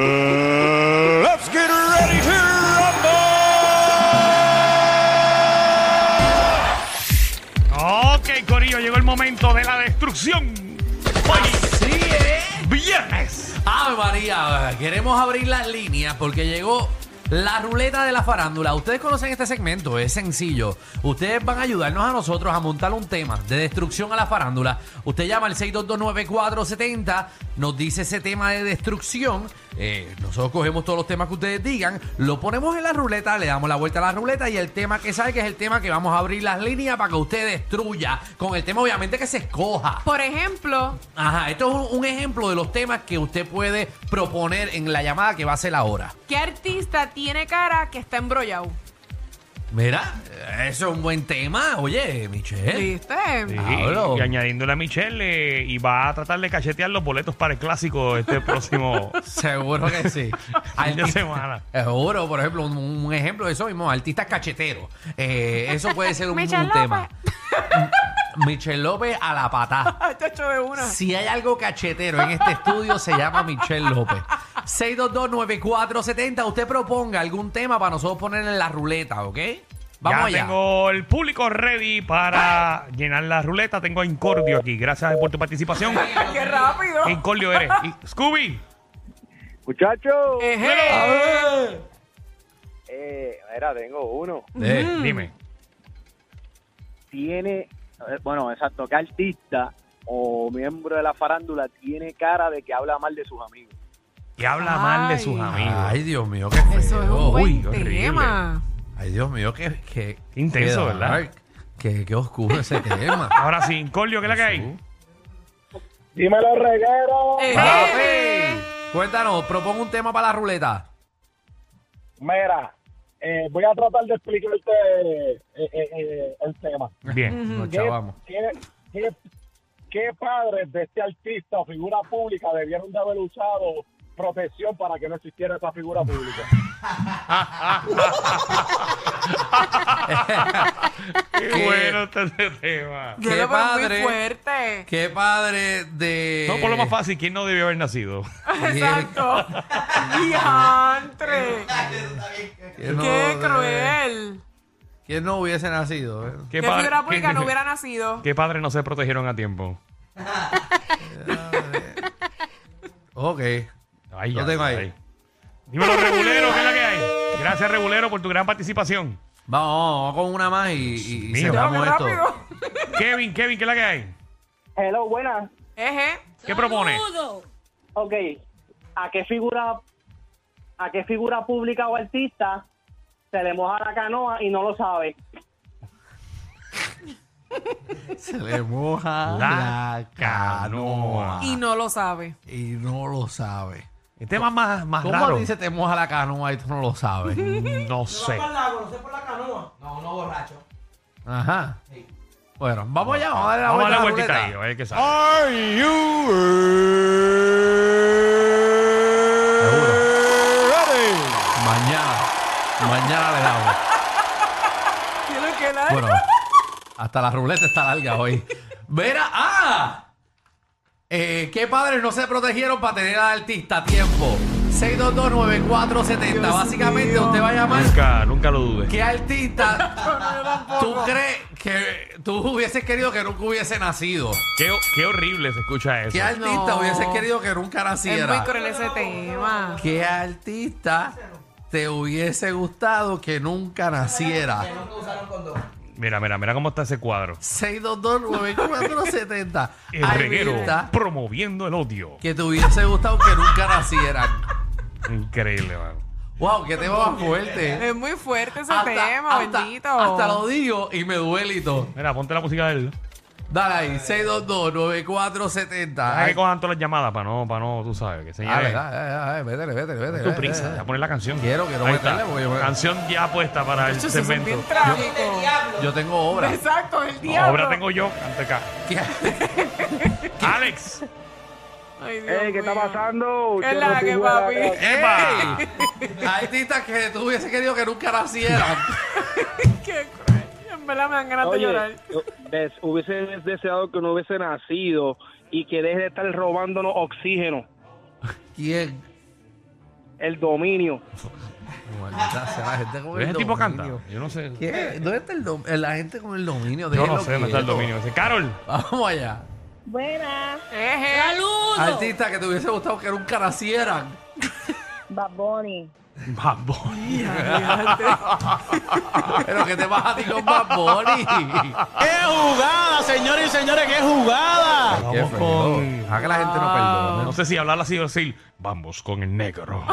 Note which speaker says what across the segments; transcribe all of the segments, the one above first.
Speaker 1: Let's get ready to
Speaker 2: Ok, Corillo, llegó el momento de la destrucción.
Speaker 3: Sí, ¿eh?
Speaker 2: Viernes.
Speaker 3: Ave María, queremos abrir las líneas porque llegó la ruleta de la farándula. Ustedes conocen este segmento, es sencillo. Ustedes van a ayudarnos a nosotros a montar un tema de destrucción a la farándula. Usted llama al 6229470, nos dice ese tema de destrucción. Eh, nosotros cogemos todos los temas que ustedes digan, lo ponemos en la ruleta, le damos la vuelta a la ruleta y el tema que sale, que es el tema que vamos a abrir las líneas para que usted destruya. Con el tema, obviamente, que se escoja.
Speaker 4: Por ejemplo,
Speaker 3: Ajá, esto es un, un ejemplo de los temas que usted puede proponer en la llamada que va a ser ahora.
Speaker 4: ¿qué artista tiene cara que está embrollado?
Speaker 3: Mira, eso es un buen tema. Oye, Michelle.
Speaker 4: ¿Viste?
Speaker 2: Sí,
Speaker 3: Pablo.
Speaker 2: y añadiéndole a Michelle eh, y va a tratar de cachetear los boletos para el clásico este próximo
Speaker 3: Seguro que sí.
Speaker 2: fin de
Speaker 3: Arti-
Speaker 2: semana.
Speaker 3: Seguro, por ejemplo, un, un ejemplo de eso mismo, artistas cacheteros. Eh, eso puede ser un, un
Speaker 4: Michelle
Speaker 3: tema. Mm, Michelle López a la patada.
Speaker 4: Ay, Ah, chacho, de una.
Speaker 3: Si hay algo cachetero en este estudio, se llama Michelle López. 6229470. Usted proponga algún tema para nosotros poner en la ruleta, ¿ok? Vamos
Speaker 2: ya
Speaker 3: allá.
Speaker 2: tengo el público ready para llenar la ruleta. Tengo a Incordio aquí. Gracias por tu participación.
Speaker 4: ¡Qué rápido!
Speaker 2: ¿Qué Incordio eres? Y- Scooby.
Speaker 5: Muchachos,
Speaker 4: Ejé.
Speaker 5: eh, mira, tengo uno.
Speaker 3: Eh,
Speaker 2: Dime.
Speaker 5: Tiene, eh, bueno, exacto, que artista o miembro de la farándula tiene cara de que habla mal de sus amigos.
Speaker 2: Y habla mal de
Speaker 4: Ay.
Speaker 2: sus amigos.
Speaker 3: Ay, Dios mío, qué feo.
Speaker 4: Eso es un
Speaker 3: Uy,
Speaker 4: buen
Speaker 3: qué horrible.
Speaker 4: tema.
Speaker 3: Ay, Dios mío, qué, qué-
Speaker 2: Qué intenso,
Speaker 3: qué
Speaker 2: ¿verdad?
Speaker 3: dark, Qué, qué oscuro ese tema.
Speaker 2: Ahora sí, Incordio, ¿qué es la que hay?
Speaker 5: Dímelo, reguero.
Speaker 4: Ejé.
Speaker 3: Papi, cuéntanos, propongo un tema para la ruleta.
Speaker 5: Mira, eh, voy a tratar de explicarte eh, el tema.
Speaker 2: Bien.
Speaker 3: Nos
Speaker 5: ¿Qué,
Speaker 3: chavamos.
Speaker 5: qué, qué- qué padres de este artista o figura pública debieron de haber usado protección para que no existiera esa figura pública?
Speaker 2: Qué
Speaker 3: ¿Qué?
Speaker 2: bueno está este tema.
Speaker 4: Yo
Speaker 3: Qué
Speaker 4: lo veo
Speaker 3: padre.
Speaker 4: muy fuerte.
Speaker 3: Qué padre de.
Speaker 2: No, por lo más fácil, ¿quién no debió haber nacido?
Speaker 4: Exacto. ¡Diantre!
Speaker 3: que no-
Speaker 4: ¡Qué cruel!
Speaker 3: Que no hubiese nacido. eh.
Speaker 4: ¿Qué
Speaker 2: padre-
Speaker 4: figura pública
Speaker 2: qué-
Speaker 4: no hubiera nacido?
Speaker 2: qué padres no se protegieron a tiempo?
Speaker 3: Ok.
Speaker 2: Ay,
Speaker 3: Lo
Speaker 2: ya,
Speaker 3: tengo ahí.
Speaker 2: ay. Dímelo, Regulero, ¿qué es la que hay? Gracias, Regulero, por tu gran participación.
Speaker 3: Vamos, vamos con una más y, y- y
Speaker 2: Mío.
Speaker 4: Vamos,
Speaker 3: cerramos
Speaker 4: qué
Speaker 3: esto.
Speaker 4: rápido!
Speaker 2: Kevin, Kevin, ¿qué es la que hay?
Speaker 5: Hello, buenas.
Speaker 4: Ejé.
Speaker 2: ¿Qué propone?
Speaker 5: Ok, ¿a qué figura a qué figura pública o artista se le moja la canoa y no lo sabe?
Speaker 3: Se le moja
Speaker 2: La
Speaker 3: la
Speaker 2: Ah.
Speaker 3: canoa.
Speaker 4: Y no lo sabe.
Speaker 3: Y no lo sabe.
Speaker 2: El tema más, más
Speaker 3: ¿Cómo
Speaker 2: raro.
Speaker 3: a ti se te moja la canoa y tú no lo sabes?
Speaker 2: No sé.
Speaker 3: Ajá. Bueno, vamos allá, vamos a darle la
Speaker 2: Vamos a darle
Speaker 3: vuelta. la
Speaker 2: vueltita ahí,
Speaker 3: ruleta. Oh,
Speaker 2: a ver qué sale.
Speaker 1: Are you
Speaker 3: Seguro.
Speaker 1: ready?
Speaker 3: Mañana. Mañana le damos.
Speaker 4: ¿Qué lo que la
Speaker 3: Bueno, hasta la ruleta está larga hoy. Vera, ¡ah! Eh, ¿Qué padres no se protegieron para tener al artista a tiempo? 6229470.
Speaker 4: Dios
Speaker 3: Básicamente,
Speaker 4: mío.
Speaker 3: usted va a llamar.
Speaker 2: Nunca, nunca lo dudes.
Speaker 3: ¿Qué artista tú crees que tú hubieses querido que nunca hubiese nacido?
Speaker 2: Qué, qué horrible se escucha eso.
Speaker 3: ¿Qué artista
Speaker 4: No.
Speaker 3: hubieses querido que nunca
Speaker 4: Es
Speaker 3: naciera?
Speaker 4: muy cruel ese tema.
Speaker 3: ¿Qué artista te hubiese gustado que nunca naciera?
Speaker 2: Mira, mira, mira cómo está ese cuadro.
Speaker 3: 6229470.
Speaker 2: El reguero
Speaker 3: Artista
Speaker 2: promoviendo el odio.
Speaker 3: que te hubiese gustado que nunca nacieran.
Speaker 2: Increíble, mano.
Speaker 3: Wow, qué tema más fuerte.
Speaker 4: Es muy fuerte ese
Speaker 3: Hasta-
Speaker 4: tema,
Speaker 3: hasta-
Speaker 4: bendito.
Speaker 3: Hasta lo digo y me duele y todo.
Speaker 2: Mira, ponte la música de él.
Speaker 3: Dale ahí, 622-9470.
Speaker 2: Deja
Speaker 3: Ay,
Speaker 2: que cojan todas las llamadas para no, para no, tú sabes, que
Speaker 3: Dale,
Speaker 2: señales.
Speaker 3: dale, dale, vétele, vétele, vétele.
Speaker 2: tu
Speaker 3: vétele,
Speaker 2: prisa,
Speaker 3: vétele.
Speaker 2: ya poner la canción.
Speaker 3: Quiero, quiero
Speaker 2: Ahí está.
Speaker 3: meterle, porque yo me-
Speaker 2: Canción ya puesta para el
Speaker 4: Eso sí son
Speaker 2: segmento.
Speaker 4: bien trágicos.
Speaker 3: Yo tengo obra.
Speaker 4: Exacto, el diablo.
Speaker 2: Ahora tengo yo ante acá. Alex.
Speaker 3: Eh,
Speaker 4: Ay, Dios
Speaker 5: Ey, Eh, ¿qué está
Speaker 4: mío.
Speaker 5: pasando?
Speaker 4: ¿Qué es la que, papi?
Speaker 2: ¡Epa!
Speaker 3: ¡Ey! Artistas que tú hubiese querido que nunca nacieran.
Speaker 4: Qué cruel. En verdad me dan ganas de
Speaker 5: Oye,
Speaker 4: llorar.
Speaker 5: des- hubiese deseado que no hubiese nacido y que deje de estar robándonos oxígeno,
Speaker 3: ¿Quién?
Speaker 5: el dominio.
Speaker 3: Maldita sea, la gente con
Speaker 2: ¿Ese
Speaker 3: el
Speaker 2: tipo canta?
Speaker 3: dominio.
Speaker 2: Yo no sé.
Speaker 3: ¿Qué? ¿Dónde está el dominio? La gente con el dominio.
Speaker 2: Yo no
Speaker 3: déjenlo
Speaker 2: sé dónde está el
Speaker 3: quieto.
Speaker 2: dominio ese. Carol.
Speaker 3: Vamos allá.
Speaker 6: Buenas,
Speaker 4: Eje.
Speaker 3: Artistas que te hubiese gustado que nunca nacieran.
Speaker 6: Bad Bunny.
Speaker 2: Babón.
Speaker 3: Pero que te vas a ti con Bad Bunny.
Speaker 7: ¡Qué jugada, señores y señores! ¡Qué jugada!
Speaker 3: Qué
Speaker 2: Vamos
Speaker 3: feo.
Speaker 2: con.
Speaker 3: Deja que la gente no perdone.
Speaker 2: No sé si hablar así o decir, vamos con el negro.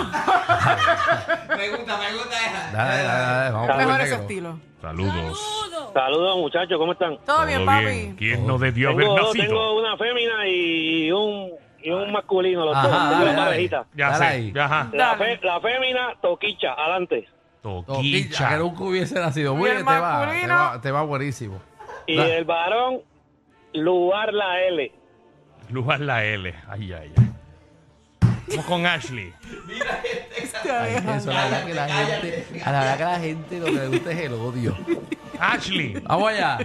Speaker 3: Dale, dale, dale. Vamos por el
Speaker 4: Mejor ese
Speaker 3: negro.
Speaker 4: estilo.
Speaker 2: Saludos.
Speaker 5: Saludos muchachos, ¿cómo están?
Speaker 4: Todo bien, papi.
Speaker 2: ¿Quién no debió haber
Speaker 5: Tengo,
Speaker 2: nacido?
Speaker 5: tengo una fémina y un, y un masculino, los
Speaker 3: Ajá,
Speaker 5: dos, tengo
Speaker 3: dale,
Speaker 5: una
Speaker 3: dale.
Speaker 5: parejita.
Speaker 2: Ya
Speaker 3: Dale
Speaker 2: sé,
Speaker 3: ahí.
Speaker 2: ya, ajá.
Speaker 5: La,
Speaker 4: Dale.
Speaker 5: fe- la fémina, toquicha, adelante.
Speaker 3: Toquicha,
Speaker 2: Toquicha.
Speaker 3: que nunca hubiese nacido.
Speaker 4: Y
Speaker 3: Muy
Speaker 4: el
Speaker 3: bien, te va, te
Speaker 4: masculino.
Speaker 3: va, te va buenísimo.
Speaker 5: Y
Speaker 3: Dale.
Speaker 5: el varón, lugar la L.
Speaker 2: Lugar la L. Ay, ay, ay. Vamos con Ashley.
Speaker 3: Ay, eso, la verdad que la gente, a la verdad que la gente lo que le gusta es el odio.
Speaker 2: Ashley.
Speaker 3: Vamos allá.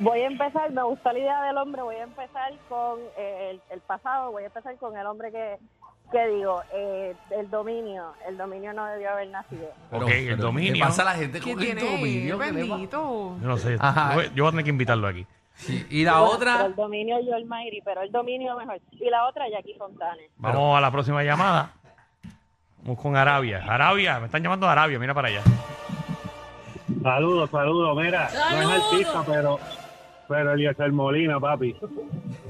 Speaker 6: Voy a empezar, me gusta la idea del hombre, voy a empezar con eh, el, el pasado, voy a empezar con el hombre que, que digo, eh, el dominio, el dominio no debió haber nacido.
Speaker 2: ok, el
Speaker 3: ¿Qué
Speaker 2: dominio.
Speaker 3: pasa a la gente
Speaker 4: ¿Qué
Speaker 3: con el
Speaker 4: tiene?
Speaker 3: dominio? ¿Qué le va?
Speaker 4: Bendito.
Speaker 2: Yo no sé.
Speaker 3: Ajá.
Speaker 2: Yo, yo voy a tener que invitarlo aquí.
Speaker 3: Sí, Y la
Speaker 6: Pero
Speaker 3: otra,
Speaker 6: el dominio y el Mayri, pero el dominio mejor. Y la otra, Jackie Fontanes.
Speaker 2: Vamos a la próxima llamada. Vamos con Arabia. Arabia, me están llamando de Arabia, mira para allá.
Speaker 5: Saludos, saludos, mira, no es artista, pero, pero Eliezer Molina, papi.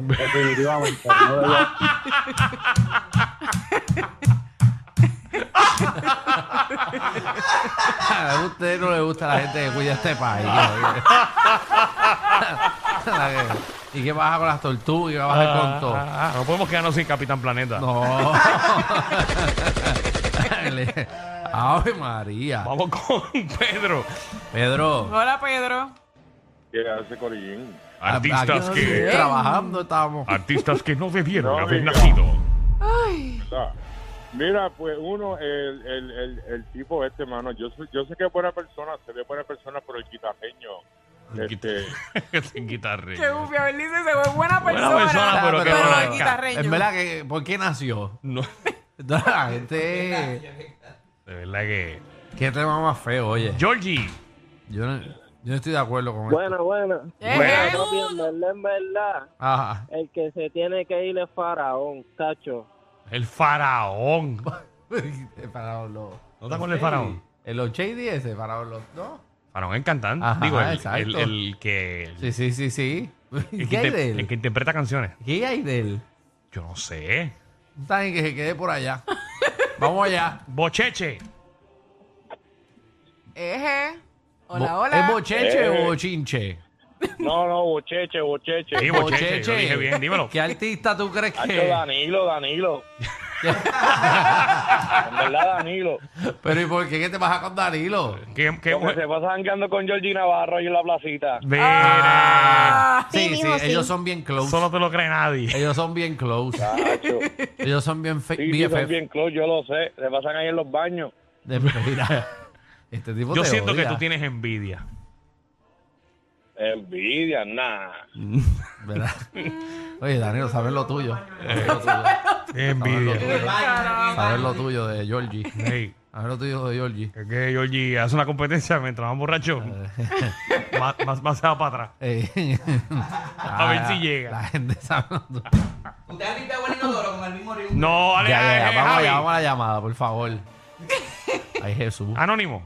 Speaker 5: Definitivamente. no debió-
Speaker 3: a usted no le gusta la gente que cuida este país. ¿Y qué pasa con las tortugas? ¿Qué pasa con todo?
Speaker 2: Ah, ah, no podemos quedarnos sin Capitán Planeta.
Speaker 3: No. Le- Ave María.
Speaker 2: Vamos con Pedro.
Speaker 3: Pedro,
Speaker 4: Hola, Pedro.
Speaker 8: ¿Qué hace Corillín?
Speaker 2: Artistas
Speaker 3: aquí
Speaker 2: que.
Speaker 3: trabajando estamos.
Speaker 2: Artistas que no debieron
Speaker 8: No,
Speaker 2: haber
Speaker 8: mira.
Speaker 2: nacido.
Speaker 8: ¿Verdad? Mira, pues uno, el, el, el, el tipo este, mano, yo, sé- yo sé que es buena persona, se ve buena persona, pero el guitarreño, este,
Speaker 2: sin guitarra.
Speaker 4: Qué bufia, Berlín dice, se ve buena persona.
Speaker 2: Buena persona,
Speaker 3: Ah,
Speaker 2: pero que
Speaker 4: pero
Speaker 2: no
Speaker 4: el
Speaker 2: la-
Speaker 4: guitarreño.
Speaker 3: En verdad que, ¿por qué nació?
Speaker 2: No,
Speaker 3: La gente.
Speaker 2: de verdad que.
Speaker 3: Qué tema más feo, oye.
Speaker 2: Georgie.
Speaker 3: Yo no, yo no estoy de acuerdo con esto.
Speaker 5: Bueno, bueno.
Speaker 4: Eje.
Speaker 5: Bueno, papi, Ah, en verdad, en verdad,
Speaker 3: Ajá.
Speaker 5: el que se tiene que ir es Faraón, tacho.
Speaker 2: El faraón.
Speaker 3: El faraón loco.
Speaker 2: ¿No te acuerdas del faraón?
Speaker 3: El 810 ese, faraón loco. ¿No?
Speaker 2: Faraón el cantante.
Speaker 3: Ajá,
Speaker 2: Digo, el,
Speaker 3: exacto.
Speaker 2: el- el que.
Speaker 3: Sí, sí, sí, sí.
Speaker 2: el
Speaker 3: ¿Qué
Speaker 2: que
Speaker 3: hay
Speaker 2: inter-
Speaker 3: de
Speaker 2: el que
Speaker 3: él?
Speaker 2: interpreta canciones.
Speaker 3: ¿Qué hay de él?
Speaker 2: Yo no sé.
Speaker 3: Está bien que se quede por allá. Vamos allá.
Speaker 2: Bocheche.
Speaker 4: Eje. Hola,
Speaker 3: Bo-
Speaker 4: hola.
Speaker 3: ¿Es bocheche
Speaker 5: Eh.
Speaker 3: o bochinche?
Speaker 5: No, no, bocheche, bocheche.
Speaker 2: Sí, bocheche. yo dije bien, dímelo.
Speaker 3: ¿Qué artista tú crees
Speaker 5: Hacho,
Speaker 3: que
Speaker 5: Danilo, Danilo. en verdad, Danilo.
Speaker 3: Pero ¿y por qué? ¿Qué te pasa con Danilo?
Speaker 2: ¿Qué, qué
Speaker 5: Porque se pasa jangueando con Georgie Navarro ahí en la placita.
Speaker 2: Mira.
Speaker 4: Ah,
Speaker 3: Sí, sí,
Speaker 6: mijo, sí.
Speaker 3: ellos son bien close.
Speaker 2: Eso no te lo cree nadie.
Speaker 3: Ellos son bien close.
Speaker 5: Hacho.
Speaker 3: Ellos son bien fe-
Speaker 5: Ah. Sí, sí,
Speaker 3: BFF.
Speaker 5: son bien close, yo lo sé. Se pasan ahí en los baños.
Speaker 3: De- mira, este tipo
Speaker 2: Yo
Speaker 3: te
Speaker 2: siento que
Speaker 3: odia.
Speaker 2: tú tienes envidia.
Speaker 5: Envidia, nada.
Speaker 3: ¿Verdad? Oye, Danilo, sabes lo tuyo.
Speaker 4: Eh,
Speaker 3: Sabes lo tuyo.
Speaker 2: Envidia.
Speaker 4: caramba.
Speaker 3: Sabes lo tuyo de Georgie.
Speaker 2: Ey,
Speaker 3: Sabes lo tuyo de Georgie.
Speaker 2: es que Georgie hace una competencia mientras van borracho. más, más, más se va para atrás.
Speaker 3: Eh,
Speaker 2: A ver si
Speaker 3: la-
Speaker 2: llega.
Speaker 3: La gente sabe lo tuyo.
Speaker 2: No,
Speaker 3: Ya,
Speaker 2: dale,
Speaker 3: ya, ya.
Speaker 2: dale,
Speaker 3: Vamos,
Speaker 2: Javi.
Speaker 3: allá, vamos a la llamada, por favor. Ay,
Speaker 2: Ah.
Speaker 3: Jesús.
Speaker 2: Anónimo.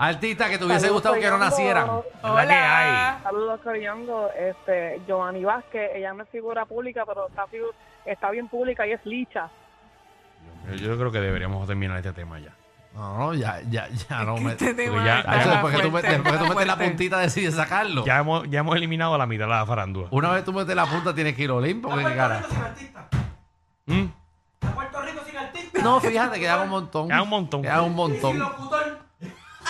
Speaker 3: Artista que te hubiese gustado que no nacieran.
Speaker 2: ¿Verdad que hay?
Speaker 4: Hola.
Speaker 6: Saludos, Coriongo. Este, Giovanni Vázquez, ella no es figura pública, pero está, figu- está bien pública y es licha.
Speaker 2: Yo, yo creo que deberíamos terminar este tema ya.
Speaker 3: No, no, ya, ya, ya no me.
Speaker 4: Este tema
Speaker 2: ya-
Speaker 4: está
Speaker 3: Ah, eso, después que tú,
Speaker 4: fuerte,
Speaker 3: metes- después que tú
Speaker 4: está
Speaker 3: metes la
Speaker 4: fuerte.
Speaker 3: puntita decides sacarlo.
Speaker 2: Ya hemos, ya hemos eliminado la mitad de la farándula.
Speaker 3: Una vez tú metes la punta tienes que ir olimpo. ¿qué cara?
Speaker 2: ¿Mm?
Speaker 3: No, fíjate, queda un montón.
Speaker 2: Queda un montón.
Speaker 3: Queda un montón.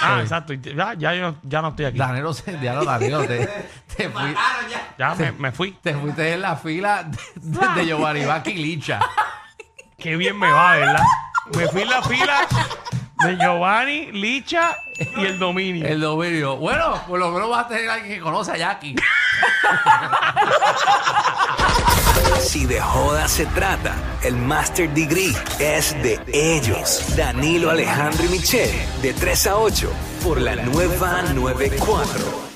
Speaker 2: Ah, exacto. Y te- Ya, ya, yo no- ya no estoy aquí.
Speaker 3: Danilo, se- ya no, Danilo, te, te, fui-
Speaker 2: Ya me, me fui.
Speaker 3: te fuiste en la fila de, de- de Giovanni Vázquez y Licha.
Speaker 2: Qué bien me va, ¿verdad? Me fui en la fila de Giovanni, Licha y el dominio.
Speaker 3: El dominio. Bueno, por lo menos vas a tener a alguien que conoce a Jackie.
Speaker 9: Si de joda se trata, el Master Degree es de ellos. Danilo Alejandro y Michelle, de 3 a 8, por la nueva 94.